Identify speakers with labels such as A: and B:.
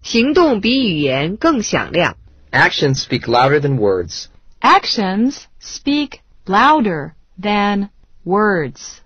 A: 行动比语言更响亮。
B: Actions speak louder than words.
C: Actions speak louder than words.